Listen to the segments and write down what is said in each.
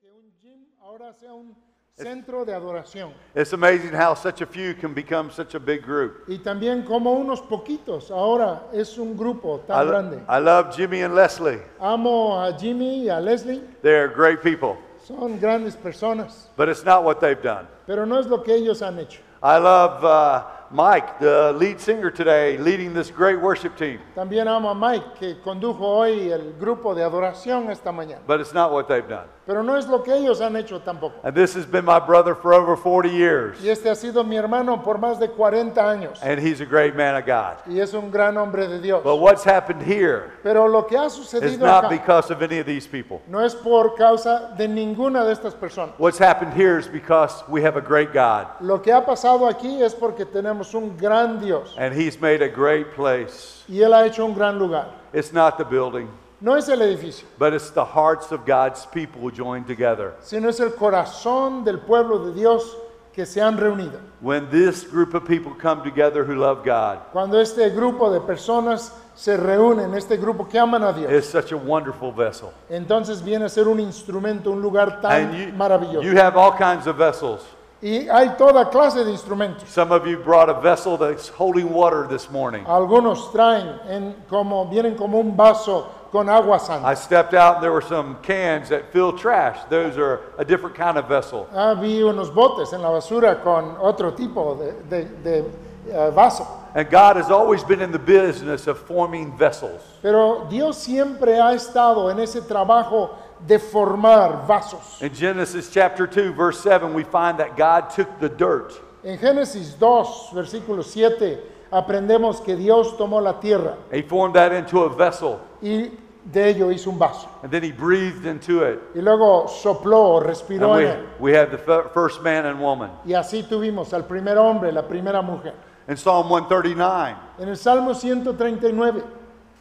que un gym ahora sea un centro de adoración. It's amazing how such a few can become such a big group. Y también como unos poquitos ahora es un grupo I, tan lo- grande. I love Jimmy and Leslie. Amo a Jimmy y a Leslie, They're great people, son grandes personas, but it's not what they've done. pero no es lo que ellos han hecho. I love uh, Mike, the lead singer today, leading this great worship team, También amo a Mike, que condujo hoy el grupo de adoración esta mañana, but it's not what they've done. pero no es lo que ellos han hecho tampoco. And this has been my brother for over 40 years, Y este ha sido mi hermano por más de 40 años and he's a great man of God. y es un gran hombre de Dios. But what's happened here Pero lo que ha is sucedido not acá because of any of these people. no es por causa de ninguna de estas personas. What's happened here is because we have a great God, Lo que ha pasado aquí es porque tenemos un gran Dios and he's made a great place. y Él ha hecho un gran lugar. It's not the building, No es el edificio, but it's the hearts of God's people joined together. sino es el corazón del pueblo de Dios que se han reunido. When this group of people come together who love God, Cuando este grupo de personas se reúnen, este grupo que aman a Dios, it's such a wonderful vessel. entonces viene a ser un instrumento, un lugar And tan you, maravilloso. you have all kinds of vessels. Y hay toda clase de instrumentos. Some of you brought a vessel that's holding water this Ah. morning. Algunos traen en como vienen como un vaso con agua santa. I stepped out and there were some cans that fill trash. Those are a different kind of vessel. Ah, vi unos botes en la basura con otro tipo de, de- de, eh, vaso. And God has always been in the business of forming vessels. Pero Dios siempre ha estado en ese trabajo de formar vasos. In Genesis chapter 2, verse 7, we find that God took the dirt En Génesis 2, versículo 7, aprendemos que Dios tomó la tierra and He formed that into a vessel. y de ello hizo un vaso. And then He breathed into it. Y luego sopló o And respiró en we, él. we have the fir- first man and woman. Y así tuvimos al primer hombre, la primera mujer. In Psalm 139, En el Salmo 139,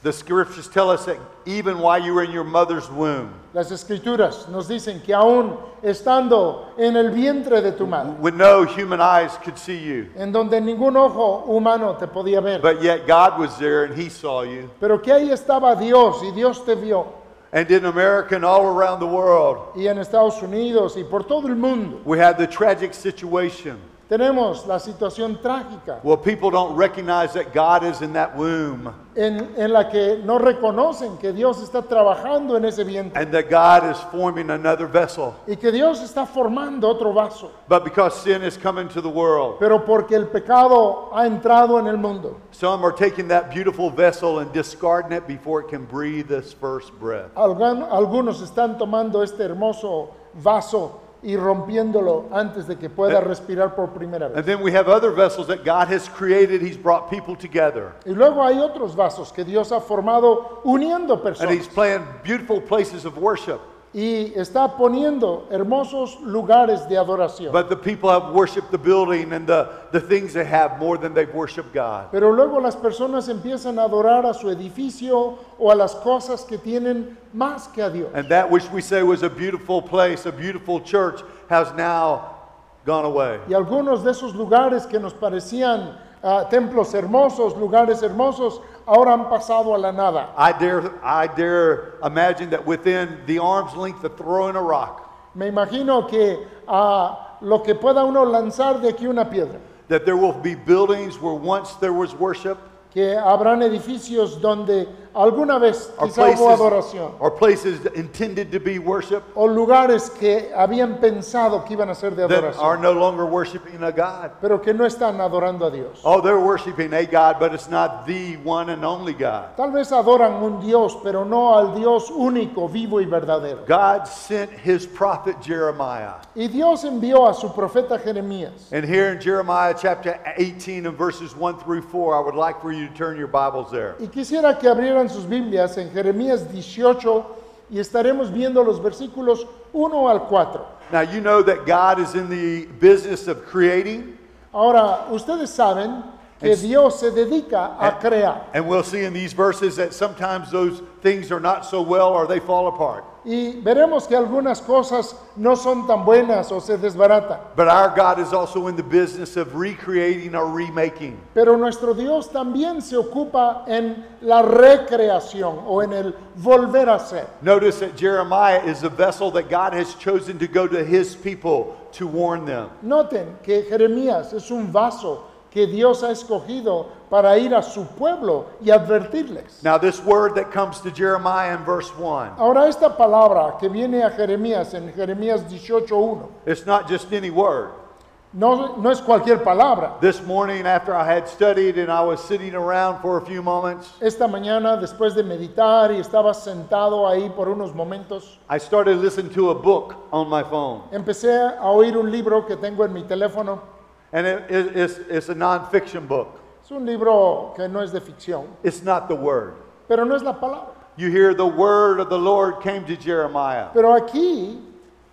the scriptures tell us that even while you were in your mother's womb, las escrituras nos dicen que aún estando en el vientre de tu madre, when no human eyes could see you, en donde ningún ojo humano te podía ver. but yet God was there and He saw you. Pero que ahí estaba Dios y Dios te vio. And in America and all around the world, Y en Estados Unidos y por todo el mundo we have the tragic situation tenemos la situación trágica where people don't recognize that God is in that womb en, en la que no reconocen que Dios está trabajando en ese vientre and that God is forming another vessel. y que Dios está formando otro vaso. But because sin has come into the world, Pero porque el pecado ha entrado en el mundo, some are taking that beautiful vessel and discarding it before it can breathe its first breath. algan- algunos están tomando este hermoso vaso y rompiéndolo antes de que pueda respirar por primera vez. And then we have other vessels that God has created. He's brought people together. Y luego hay otros vasos que Dios ha formado uniendo And He's personas playing beautiful places of worship. y está poniendo hermosos lugares de adoración. But the people have worshiped the building and the, the things they have more than they've worshiped God. Pero luego las personas empiezan a adorar a su edificio o a las cosas que tienen más que a Dios. And that which we say was a beautiful place, a beautiful church, has now gone away. Y algunos de esos lugares que nos parecían ah, templos hermosos, lugares hermosos, ahora han pasado a la nada. I dare, I dare imagine that within the arm's length of throwing a rock, Me imagino que a lo que pueda uno lanzar de aquí una piedra, that there will be buildings where once there was worship, que habrán edificios donde alguna vez or quizá hubo places, adoración. or places intended to be worship o lugares que habían pensado que iban a ser de that are adoración, no longer worshiping a God. pero que no están adorando a Dios. Oh, they're worshiping a God, but it's not the one and only God. Tal vez adoran un Dios, pero no al Dios único, vivo y verdadero. God sent his prophet Jeremiah. Y Dios envió a su profeta Jeremías. And here in Jeremiah chapter 18 and verses 1 through 4, I would like for you to turn your Bibles there. Y quisiera que abrieran sus Biblias en Jeremías 18 y estaremos viendo los versículos 1 al 4. Now, you know that God is in the business of creating, Ahora, ustedes saben que Es- Dios se dedica a crear. and we'll see in these verses that sometimes those things are not so well or they fall apart. y veremos que algunas cosas no son tan buenas o se desbaratan. But our God is also in the business of recreating or remaking. Pero nuestro Dios también se ocupa en la recreación o en el volver a ser. Notice that Jeremiah is a vessel that God has chosen to go to his people to warn them. Noten que Jeremías es un vaso que Dios ha escogido para ir a su pueblo y advertirles. Now, this word that comes to Jeremiah in verse 1, Ahora esta palabra que viene a Jeremías en Jeremías 18.1 it's not just any word. no, no es cualquier palabra. This morning, after I had studied and I was sitting around for a few moments, Esta mañana después de meditar y estaba sentado ahí por unos momentos, I started listening to a book on my phone. empecé a oír un libro que tengo en mi teléfono. And it, it- it's, it's a nonfiction book, Es un libro que no es de ficción, it's not the word. pero no es la palabra. You hear the word of the Lord came to Jeremiah. Pero aquí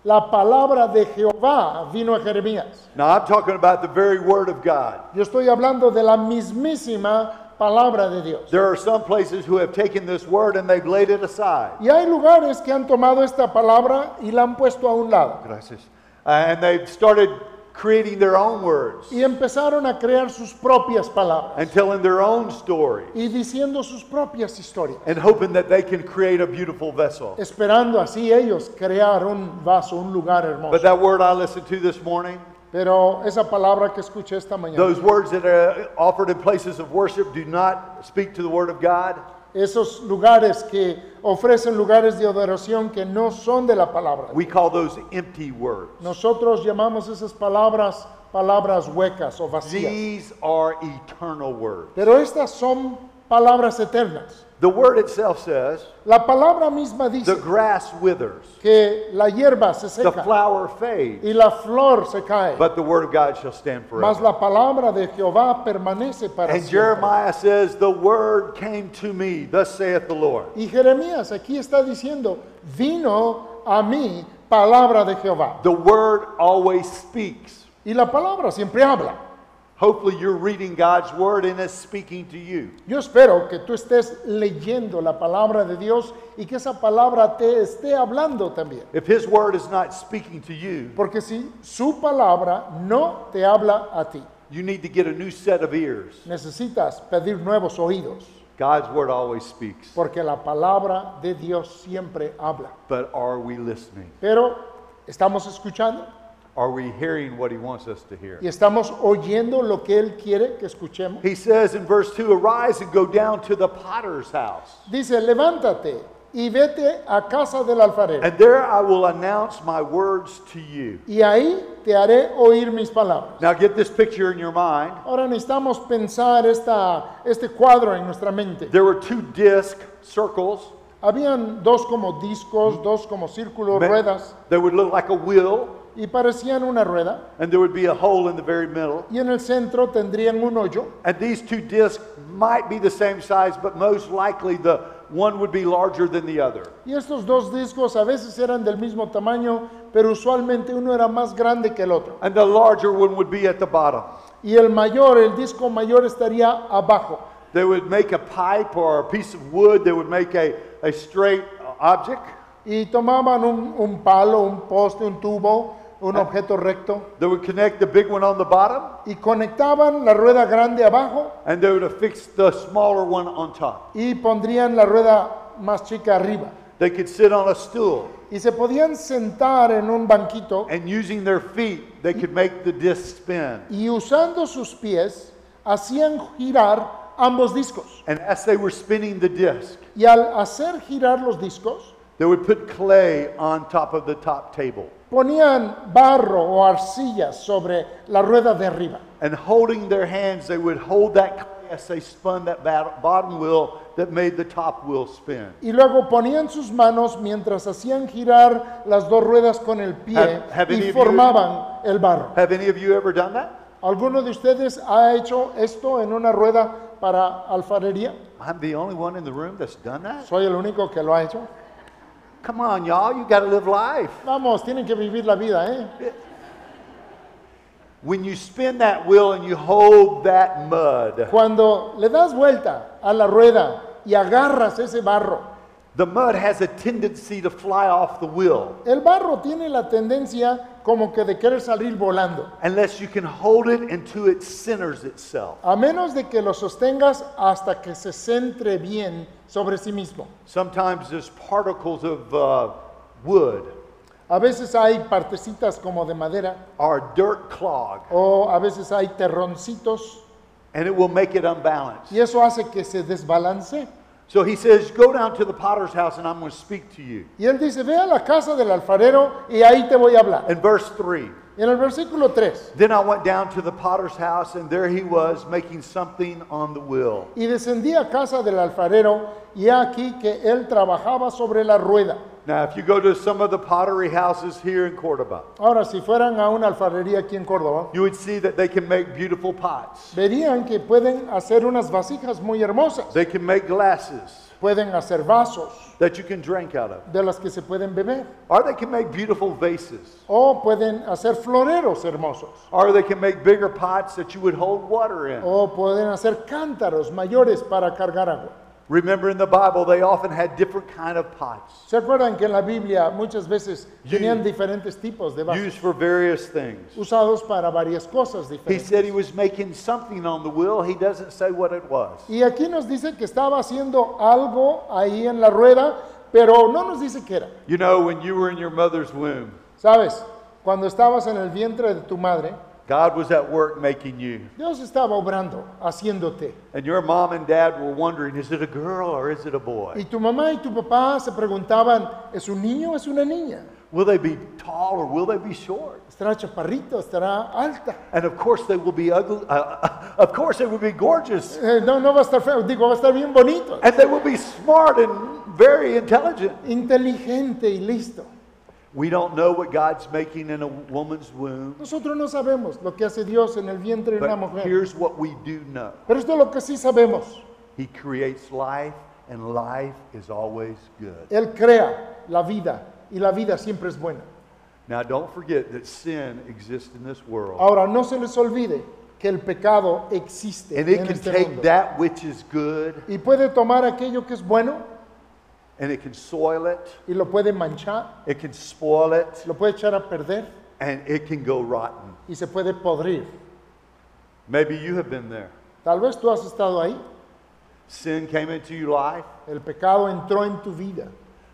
la palabra de Jehová vino a Jeremías. Now, I'm talking about the very word of God. Yo estoy hablando de la mismísima palabra de Dios. There are some places who have taken this word and they've laid it aside. Y hay lugares que han tomado esta palabra y la han puesto a un lado. Gracias. Uh, and they've started creating their own words Y empezaron a crear sus propias palabras and telling their own story y diciendo sus propias historias, and hoping that they can create a beautiful vessel. esperando así ellos crear un vaso, un lugar But hermoso. that word I listened to this morning, Pero esa palabra que escuché esta mañana, those words that are offered in places of worship do not speak to the word of God. esos lugares que ofrecen lugares de adoración que no son de la palabra, We call those empty words. Nosotros llamamos esas palabras palabras huecas o vacías. These are eternal words. Pero estas son palabras eternas. The word itself says, La palabra misma the dice grass withers, que la hierba se the seca flower fades, y la flor se cae, but the word of God shall stand mas forever. la palabra de Jehová permanece para And siempre. Jeremiah says, The word came to me, thus saith the Lord. Y Jeremías aquí está diciendo, vino a mí palabra de Jehová. The word always speaks. Y la palabra siempre habla. Hopefully, you're reading God's word and it's speaking to you. Yo espero que tú estés leyendo la palabra de Dios y que esa palabra te esté hablando también. If His word is not speaking to you, Porque si su palabra no te habla a ti, you need to get a new set of ears. necesitas pedir nuevos oídos, God's word always speaks. porque la palabra de Dios siempre habla. But are we listening? Pero estamos escuchando Are we hearing what He wants us to hear? y estamos oyendo lo que Él quiere que escuchemos. He says in verse 2 Arise and go down to the potter's house. Dice, levántate y vete a casa del alfarero And there I will announce my words to you. y ahí te haré oír mis palabras. Now get this picture in your mind. Ahora necesitamos pensar esta, este cuadro en nuestra mente. There were two disc circles. Habían dos como discos, dos como círculos, ruedas, They would look like a wheel, y parecían una rueda. and there would be a hole in the very middle. y en el centro tendrían un hoyo. And these two discs might be the same size, but most likely the one would be larger than the other. Y estos dos discos a veces eran del mismo tamaño, pero usualmente uno era más grande que el otro. And the larger one would be at the bottom. Y el mayor, el disco mayor estaría abajo. They would make a pipe or a piece of wood, they would make a, a straight uh, object. Y tomaban un, un palo, un poste, un tubo, un objeto recto, They would connect the big one on the bottom, y conectaban la rueda grande abajo and they would affix the smaller one on top. y pondrían la rueda más chica arriba. They could sit on a stool, Y se podían sentar en un banquito and using their feet, they could make the disc spin. y usando sus pies hacían girar ambos discos. And as they were spinning the disc, Y al hacer girar los discos, they would put clay on top of the top table. ponían barro o arcilla sobre la rueda de arriba. And holding their hands, they would hold that clay as they spun that bat- bottom wheel that made the top wheel spin. Y luego ponían sus manos mientras hacían girar las dos ruedas con el pie Have- have any y of you- formaban el barro. Have any of you ever done that? ¿Alguno de ustedes ha hecho esto en una rueda para alfarería? I'm the only one in the room that's done that. Soy el único que lo ha hecho. Come on, y'all, you gotta live life. Vamos, tienen que vivir la vida, ¿eh? When you spin that wheel and you hold that mud, Cuando le das vuelta a la rueda y agarras ese barro, The mud has a tendency to fly off the wheel El barro tiene la tendencia como que de querer salir volando, unless you can hold it until it centers itself. a menos de que lo sostengas hasta que se centre bien sobre sí mismo. Sometimes there's particles of uh, wood A veces hay partecitas como de madera or dirt clog, o a veces hay terroncitos and it will make it unbalanced. y eso hace que se desbalance. So he says, Go down to the potter's house, and I'm going to speak to you. Y él dice, ve a la casa del alfarero y ahí te voy a hablar. In verse 3, En el versículo 3, then I went down to the potter's house, and there he was making something on the wheel. y descendí a casa del alfarero y he aquí que él trabajaba sobre la rueda. Now, if you go to some of the pottery houses here in Cordoba, Ahora, si fueran a una alfarería aquí en Córdoba, you would see that they can make beautiful pots, verían que pueden hacer unas vasijas muy hermosas, they can make glasses pueden hacer vasos that you can drink out of, de las que se pueden beber, or they can make beautiful vases, o pueden hacer floreros hermosos, or they can make bigger pots that you would hold water in. o pueden hacer cántaros mayores para cargar agua. Remember in the Bible, they often had different kind of pots ¿Se acuerdan que en la Biblia muchas veces You- tenían diferentes tipos de vasos used for various things. usados para varias cosas He diferentes? said he was making something on the wheel. He doesn't say what it was. Y aquí nos dice que estaba haciendo algo ahí en la rueda, pero no nos dice qué era. You know, when you were in your mother's womb, ¿Sabes? Cuando estabas en el vientre de tu madre, God was at work making you. Dios estaba obrando, haciéndote. And your mom and dad were wondering, is it a girl or is it a Y boy? tu mamá y tu papá se preguntaban, ¿es un niño o es una niña? Will they be tall or will they be short? ¿Estará chaparrito? ¿Estará alta? And of course they will be ugly. Uh, of course they will be gorgeous. Eh, no, no va a estar feo, digo, va a estar bien bonito. And they will be smart and very intelligent. Inteligente y listo. We don't know what God's making in a woman's womb. Nosotros no sabemos lo que hace Dios en el vientre de una But mujer. here's what we do know Pero esto es lo que sí sabemos. He creates life, and life is always good. Él crea la vida y la vida siempre es buena. Now, don't forget that sin exists in this world, Ahora, no se les olvide que el pecado existe and en it can este take mundo. that which is good Y puede tomar aquello que es bueno and it can soil it, y lo puede manchar, it can spoil it, lo puede echar a perder and it can go rotten. y se puede podrir. Maybe you have been there. Tal vez tú has estado ahí, Sin came into your life, el pecado entró en tu vida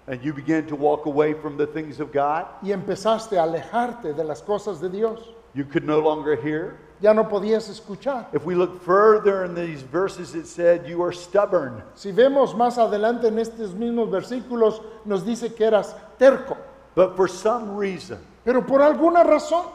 and you began to walk away from the things of God. y empezaste a alejarte de las cosas de Dios. You could no longer hear. Ya no podías escuchar. If we look further in these verses, it said, You are stubborn. Si vemos más adelante en estos mismos versículos, nos dice que eras terco. But for some reason, Pero por alguna razón,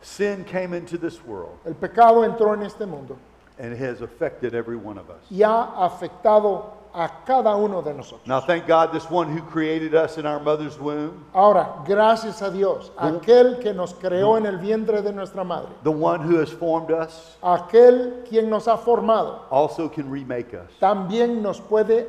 sin came into this world, el pecado entró en este mundo and it has affected every one of us. y ha afectado a cada uno de nosotros. Now, thank God, this one who created us in our mother's womb, Ahora, gracias a Dios, aquel que nos creó en el vientre de nuestra madre, the one who has formed us, aquel quien nos ha formado, also can remake us. también nos puede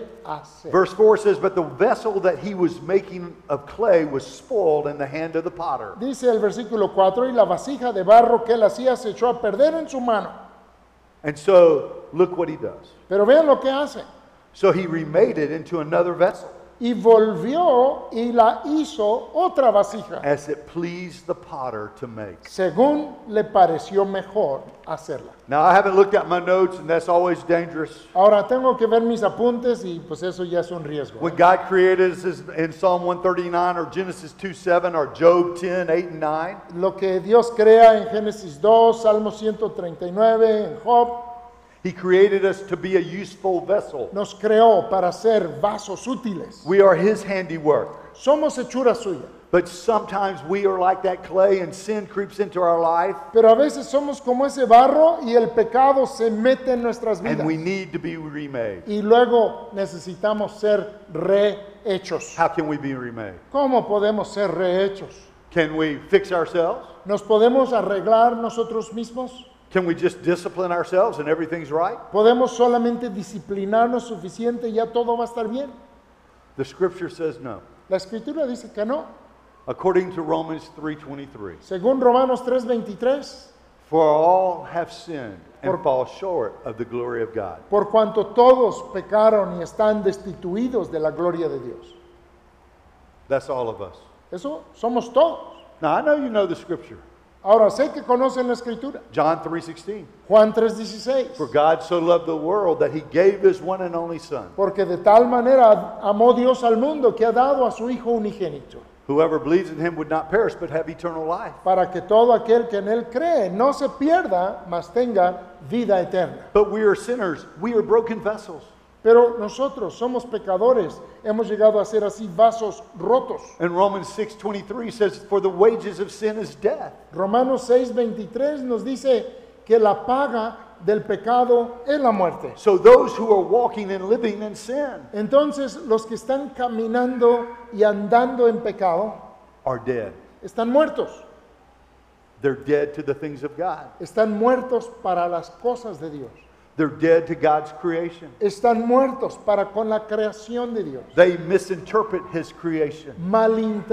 rehacer. Verse 4 says, But the vessel that he was making of clay was spoiled in the hand of the potter. Dice el versículo 4, y la vasija de barro que él hacía se echó a perder en su mano. And so, look what he does. Pero vean lo que hace. So he remade it into another vessel Y volvió y la hizo otra vasija, as it pleased the potter to make. según le pareció mejor hacerla. Now, I haven't looked at my notes, and that's always dangerous. Ahora tengo que ver mis apuntes y pues eso ya es un riesgo. When God created us is in Psalm 139 or Genesis 2 7 or Job 10 8 and 9, Lo que Dios crea en Génesis 2, Salmo 139, en Job, he created us to be a useful vessel. nos creó para ser vasos útiles. We are His handiwork. Somos hechura suya. But sometimes we are like that clay and sin creeps into our life Pero a veces somos como ese barro y el pecado se mete en nuestras vidas. and we need to be remade. Y luego necesitamos ser rehechos. How can we be remade? ¿Cómo podemos ser rehechos? Can we fix ourselves? ¿Nos podemos arreglar nosotros mismos? Can we just discipline ourselves and everything's right? ¿Podemos solamente disciplinarnos suficiente y ya todo va a estar bien? The scripture says no. La escritura dice que no. According to Romans 3:23, Según Romanos 3:23, For all have sinned and fall short of the glory of God. por cuanto todos pecaron y están destituidos de la gloria de Dios. That's all of us. Eso somos todos. Now I know you know the scripture. Ahora sé que conocen la escritura. John 3:16. Juan For 3:16. God so loved the world that he gave his one and only son. Porque de tal manera amó Dios al mundo que ha dado a su Hijo unigénito, Whoever believes in him would not perish but have eternal life. para que todo aquel que en Él cree no se pierda, mas tenga vida eterna. But we are sinners. We are broken vessels. Pero nosotros somos pecadores, hemos llegado a ser así vasos rotos. And Romans 6:23 says for the wages of sin is death. Romanos 6:23 nos dice que la paga del pecado es la muerte. So those who are walking and living in sin Entonces los que están caminando y andando en pecado are dead. están muertos. They're dead to the things of God. Están muertos para las cosas de Dios. They're dead to God's creation. Están muertos para con la creación de Dios. They misinterpret his creation.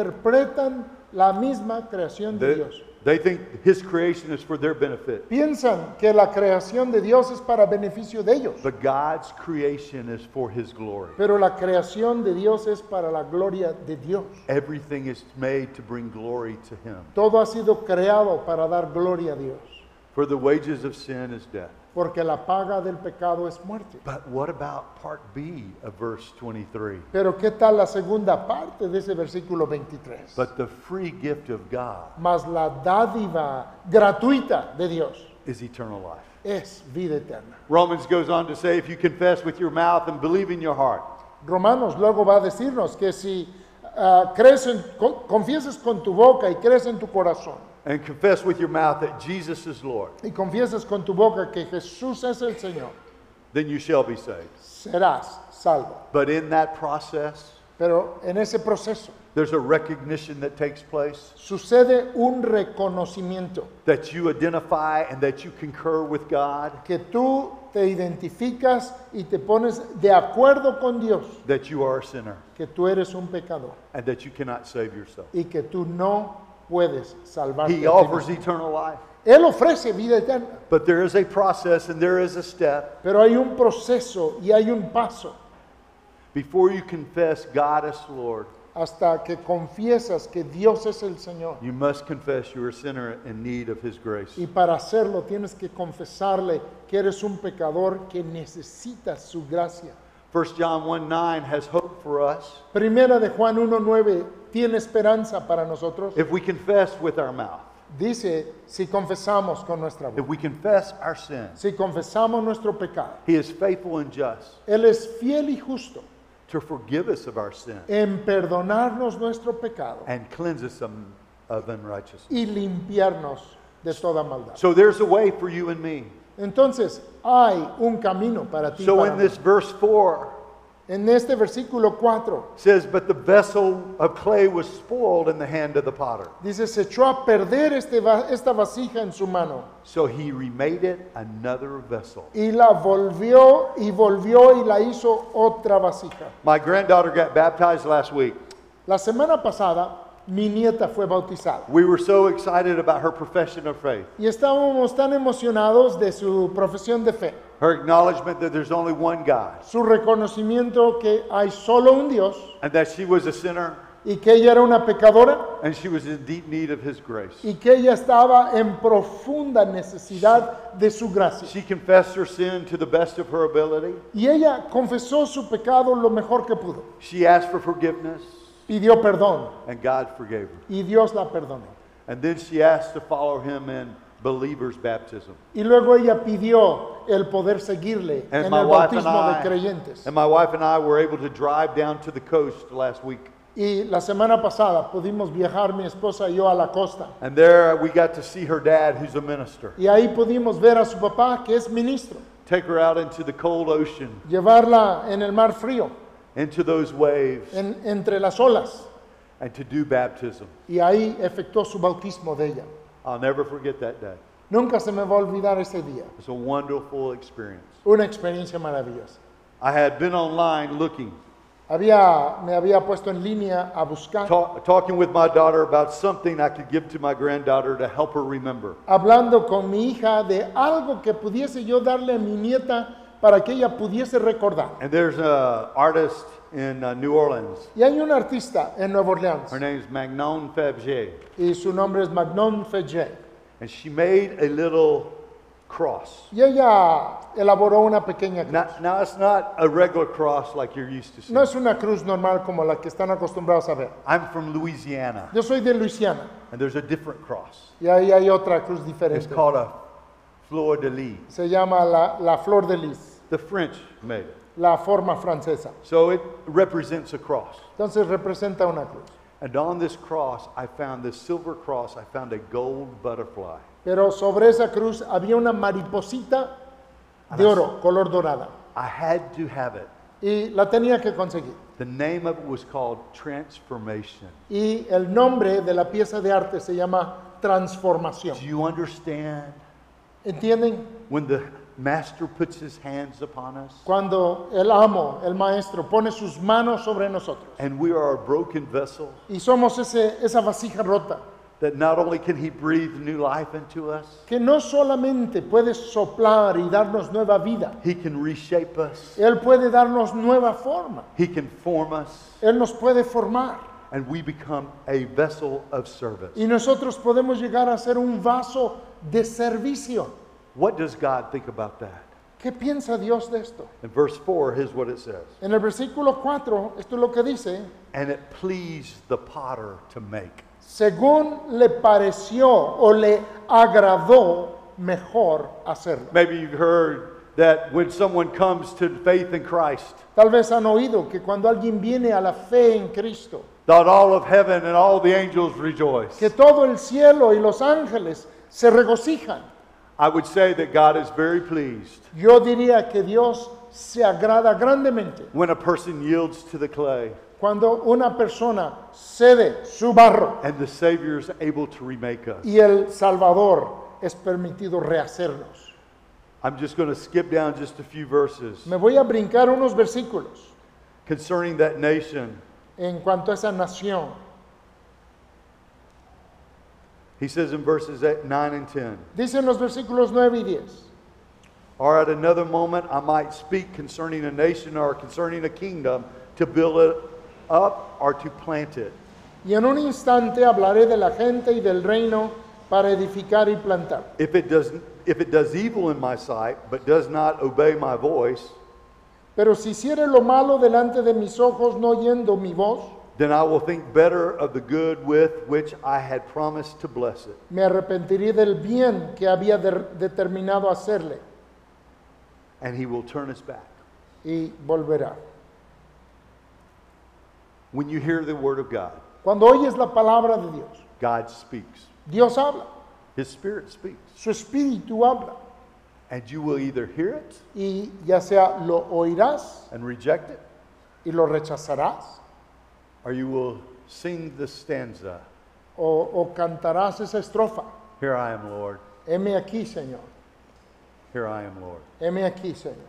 Malinterpretan la misma creación de They, Dios. they think his creation is for their benefit. Piensan que la creación de Dios es para beneficio de ellos, But God's creation is for his glory. pero la creación de Dios es para la gloria de Dios. Everything is made to bring glory to him. Todo ha sido creado para dar gloria a Dios, For the wages of sin is death. porque la paga del pecado es muerte. But what about part B of verse 23? Pero ¿qué tal la segunda parte de ese versículo 23? But the free gift of God Mas la dádiva gratuita de Dios is eternal life. es vida eterna. Romans goes on to say if you confess with your mouth and believe in your heart, Romanos luego va a decirnos que si ah, crees en- con- confiesas con tu boca y crees en tu corazón and confess with your mouth that Jesus is Lord, y confiesas con tu boca que Jesús es el Señor, then you shall be saved. serás salvo. But in that process, Pero en ese proceso there's a recognition that takes place sucede un reconocimiento that you identify and that you concur with God, que tú te identificas y te pones de acuerdo con Dios that you are a sinner, que tú eres un pecador and that you cannot save yourself. y que tú no puedes salvarte. a He ti offers mismo. eternal life. Él ofrece vida eterna, But there is a process and there is a step. pero hay un proceso y hay un paso Before you confess God as Lord, hasta que confiesas que Dios es el Señor. you must confess you're a sinner in need of His grace. Y para hacerlo tienes que confesarle que eres un pecador que necesita su gracia. 1 John 1 9 has hope for us Primera de Juan 1.9 tiene esperanza para nosotros. if we confess with our mouth, Dice, si confesamos con nuestra boca, if we confess our sins. si confesamos nuestro pecado, He is faithful and just Él es fiel y justo to forgive us of our sin en perdonarnos nuestro pecado and cleanse us of- of unrighteousness. y limpiarnos de toda maldad. So there's a way for you and me. Entonces, hay un camino para ti. y So para in mí. this verse 4 en este versículo 4 says, But the vessel of clay was spoiled in the hand of the potter. Dice, se echó a perder este va- esta vasija en su mano So he remade it another vessel. y la volvió y volvió y la hizo otra vasija. My granddaughter got baptized last week. La semana pasada mi nieta fue bautizada We were so excited about her profession of faith, y estábamos tan emocionados de su profesión de fe, her acknowledgement that there's only one God, su reconocimiento que hay solo un Dios and that she was a sinner y que ella era una pecadora and she was in deep need of his grace. y que ella estaba en profunda necesidad de su gracia. She confessed her sin to the best of her ability. Y ella confesó su pecado lo mejor que pudo, She asked for forgiveness, pidió perdón and God forgave her. y Dios la perdonó. And then she asked to follow him in believer's baptism. Y luego ella pidió el poder seguirle And en my el wife and bautismo I, de creyentes. and my wife and I were able to drive down to the coast last week. Y la semana pasada pudimos viajar mi esposa y yo a la costa. And there we got to see her dad, who's a minister, Y ahí pudimos ver a su papá, que es ministro, take her out into the cold ocean, llevarla en el mar frío, into those waves, en- entre las olas. and to do baptism. Y ahí efectuó su bautismo de ella. I'll never forget that day. Nunca se me va a olvidar ese día. It's a wonderful experience. Una experiencia maravillosa. I had been online looking Había, me había puesto en línea a buscar, Talk, talking with my daughter about something I could give to my granddaughter to help her remember. hablando con mi hija de algo que pudiese yo darle a mi nieta para que ella pudiese recordar. And there's an artist in uh, New Orleans. Y hay un artista en Nueva Orleans Her name's Magnon Fabergé. y su nombre es Magnon Fergé. And she made a little cross. Y ella elaboró una pequeña cruz. Now, now it's not a regular cross like you're used to seeing. No es una cruz normal como la que están acostumbrados a ver. I'm from Louisiana, Yo soy de Luisiana and there's a different cross. y ahí hay otra cruz It's diferente. called a fleur de lis. Se llama la, la flor de lis, The French made it. la forma francesa. So it represents a cross. Entonces representa una cruz. And on this cross, I found this silver cross, I found a gold butterfly. Pero sobre esa cruz había una mariposita de oro, color dorada. I had to have it. Y la tenía que conseguir. The name of it was called Transformation. Y el nombre de la pieza de arte se llama Transformación. Do you understand? ¿Entienden? When the Master puts his hands upon us Cuando el amo, el maestro, pone sus manos sobre nosotros and we are a broken vessel, y somos ese, esa vasija rota, that not only can he breathe new life into us, que no solamente puede soplar y darnos nueva vida, he can reshape us, Él puede darnos nueva forma, he can form us, Él nos puede formar and we become a vessel of service. y nosotros podemos llegar a ser un vaso de servicio. What does God think about that? ¿Qué piensa Dios de esto? In verse 4, here's what it says En el versículo 4, esto es lo que dice, And it pleased the potter to make. según le pareció o le agradó mejor hacerlo. Maybe you've heard that when someone comes to faith in Christ, Tal vez han oído que cuando alguien viene a la fe en Cristo, that all of heaven and all the angels rejoice. que todo el cielo y los ángeles se regocijan. I would say that God is very pleased Yo diría que Dios se agrada grandemente when a person yields to the clay cuando una persona cede su barro and the Savior is able to remake us. y el Salvador es permitido rehacernos. I'm just going to skip down just a few verses Me voy a brincar unos versículos concerning that nation. en cuanto a esa nación. He says in verses eight, 9 and 10 Dicen los versículos 9 y 10. Or at another moment, I might speak concerning a nation or concerning a kingdom to build it up or to plant it. Y en un instante hablaré de la gente y del reino para edificar y plantar. If it does, if it does evil in my sight, but does not obey my voice, Pero si hiciere lo malo delante de mis ojos, no oyendo mi voz, then I will think better of the good with which I had promised to bless it. me arrepentiré del bien que había der- determinado hacerle And he will turn us back. y volverá. When you hear the word of God, Cuando oyes la palabra de Dios, God speaks. Dios habla, His spirit speaks. su espíritu habla, And you will either hear it y ya sea lo oirás and reject it, y lo rechazarás, or you will sing the stanza o, o cantarás esa estrofa. Here I am, Lord. Heme aquí, Señor, Here I am, Lord. heme aquí, Señor.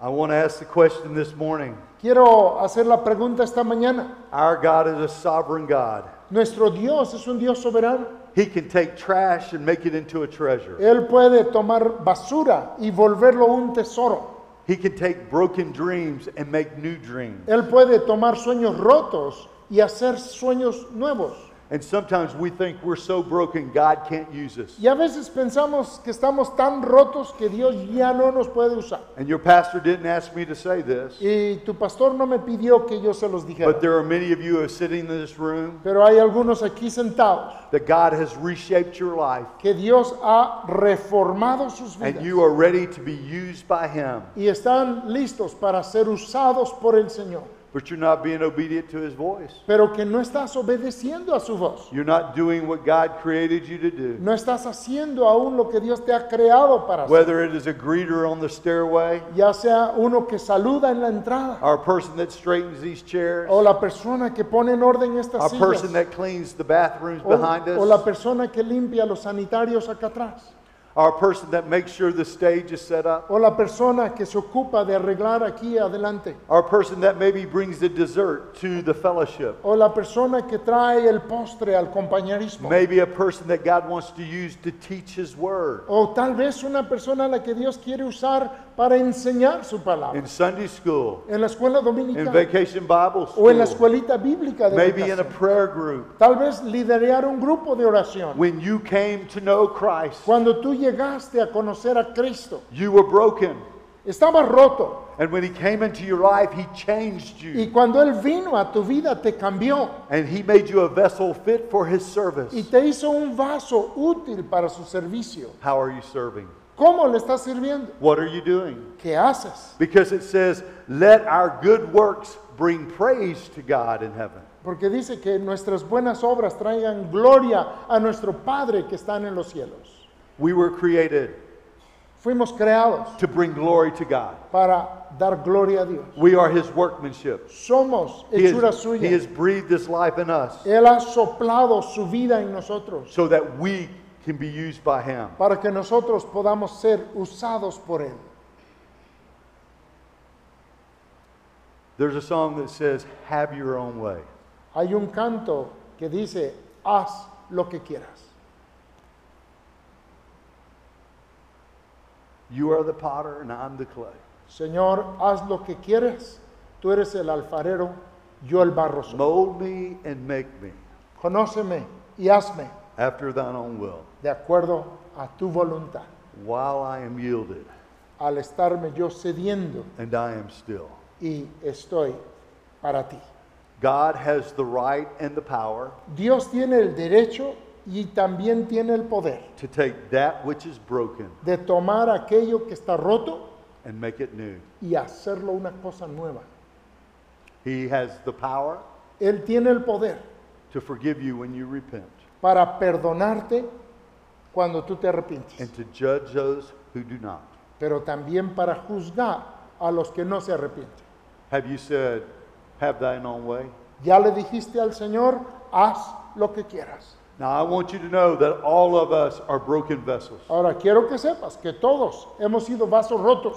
I want to ask the question this morning. Quiero hacer la pregunta esta mañana. Our God is a sovereign God. Nuestro Dios es un Dios soberano. He can take trash and make it into a treasure. Él puede tomar basura y volverlo un tesoro. He can take broken dreams and make new dreams. Él puede tomar sueños rotos y hacer sueños nuevos. And sometimes we think we're so broken God can't use us. Y a veces pensamos que estamos tan rotos que Dios ya no nos puede usar. And your pastor didn't ask me to say this, Y tu pastor no me pidió que yo se los dijera. but there are many of you who are sitting in this room Pero hay algunos aquí sentados that God has reshaped your life que Dios ha reformado sus and vidas you are ready to be used by Him, y están listos para ser usados por el Señor, but you're not being obedient to His voice. pero que no estás obedeciendo a su voz. You're not doing what God created you to do. No estás haciendo aún lo que Dios te ha creado para hacer. Whether it is a greeter on the stairway, Ya sea uno que saluda en la entrada, or a person that straightens these chairs, o la persona que pone en orden a estas sillas, person that cleans the bathrooms o, behind o la us. persona que limpia los sanitarios acá atrás. or a person that makes sure the stage is set up, o la persona que se ocupa de arreglar aquí adelante, or a person that maybe brings the dessert to the fellowship, o la persona que trae el postre al compañerismo, maybe a person that God wants to use to teach His Word. o tal vez una persona a la que Dios quiere usar para enseñar su palabra, In Sunday school, en la escuela in dominical vacation Bible o en la school, escuelita bíblica de maybe in a vacaciones. prayer group. tal vez liderar un grupo de oración. When you came to know Christ, Cuando tú llegaste a conocer a Cristo, you were broken. estabas roto And when He came into your life, He changed y you. cuando Él vino a tu vida te cambió And He made you a vessel fit for His service. y te hizo un vaso útil para su servicio. How are you serving? ¿Cómo le estás sirviendo? What are you doing? ¿Qué haces? Because it says, let our good works bring praise to God in heaven. Porque dice que nuestras buenas obras traigan gloria a nuestro Padre que está en los cielos. We were created Fuimos creados to bring glory to God. para dar gloria a Dios. We are His workmanship. Somos He hechura has, suya. he has breathed His life in us Él ha soplado su vida en nosotros so that we can be used by Him. para que nosotros podamos ser usados por Él. There's a song that says, Have your own way. Hay un canto que dice, haz lo que quieras. You are the potter and I'm the clay. Señor, haz lo que quieras. Tú eres el alfarero, yo el barro soy. Mold me and make me Conóceme y hazme after thine own will de acuerdo a tu voluntad. while I am yielded Al estarme yo cediendo and I am still. y estoy para ti. God has the right and the power Dios tiene el derecho y también tiene el poder to take that which is broken de tomar aquello que está roto and make it new. y hacerlo una cosa nueva. He has the power Él tiene el poder to forgive you when you repent para perdonarte cuando tú te arrepientes, and to judge those who do not. pero también para juzgar a los que no se arrepienten. Have you said, Have thine own way? Ya le dijiste al Señor, haz lo que quieras. Now, I want you to know that all of us are broken vessels. Ahora quiero que sepas que todos hemos sido vasos rotos.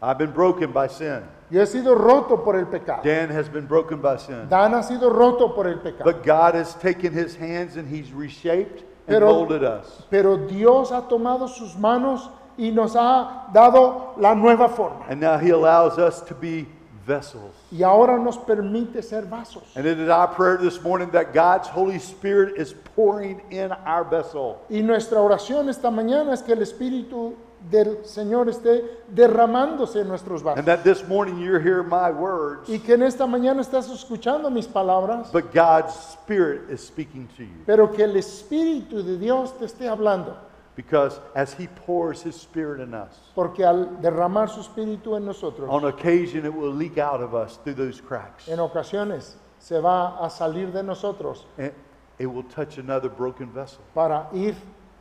I've been broken by sin. Yo he sido roto por el pecado. Dan has been broken by sin. Dan ha sido roto por el pecado. But God has taken his hands and he's reshaped and Pero- molded us. Pero Dios ha tomado sus manos y nos ha dado la nueva forma. And now he allows us to be vessels. Y ahora nos permite ser vasos. And it is our prayer this morning that God's Holy Spirit is pouring in our vessel. Y nuestra oración esta mañana es que el Espíritu del Señor esté derramándose en nuestros And vasos. that this morning you're hearing my words, Y que en esta mañana estás escuchando mis palabras, but God's Spirit is speaking to you. pero que el Espíritu de Dios te esté hablando. Because as He pours His Spirit in us, Porque al derramar su Espíritu en nosotros, on occasion it will leak out of us through those cracks. en ocasiones se va a salir de nosotros And it will touch another broken vessel. para ir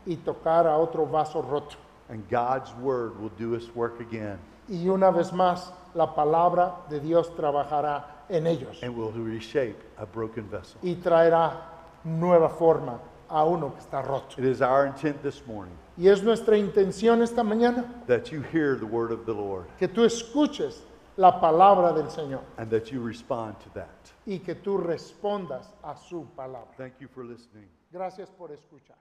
y tocar a otro vaso roto. And God's Word will do its work again Y una vez más, la palabra de Dios trabajará en ellos and will reshape a broken vessel. y traerá nueva forma a uno que está roto. It is our intent this morning Y es nuestra intención esta mañana that you hear the Word of the Lord que tú escuches la palabra del Señor and that you respond to that. y que tú respondas a su palabra. Thank you for listening. Gracias por escuchar.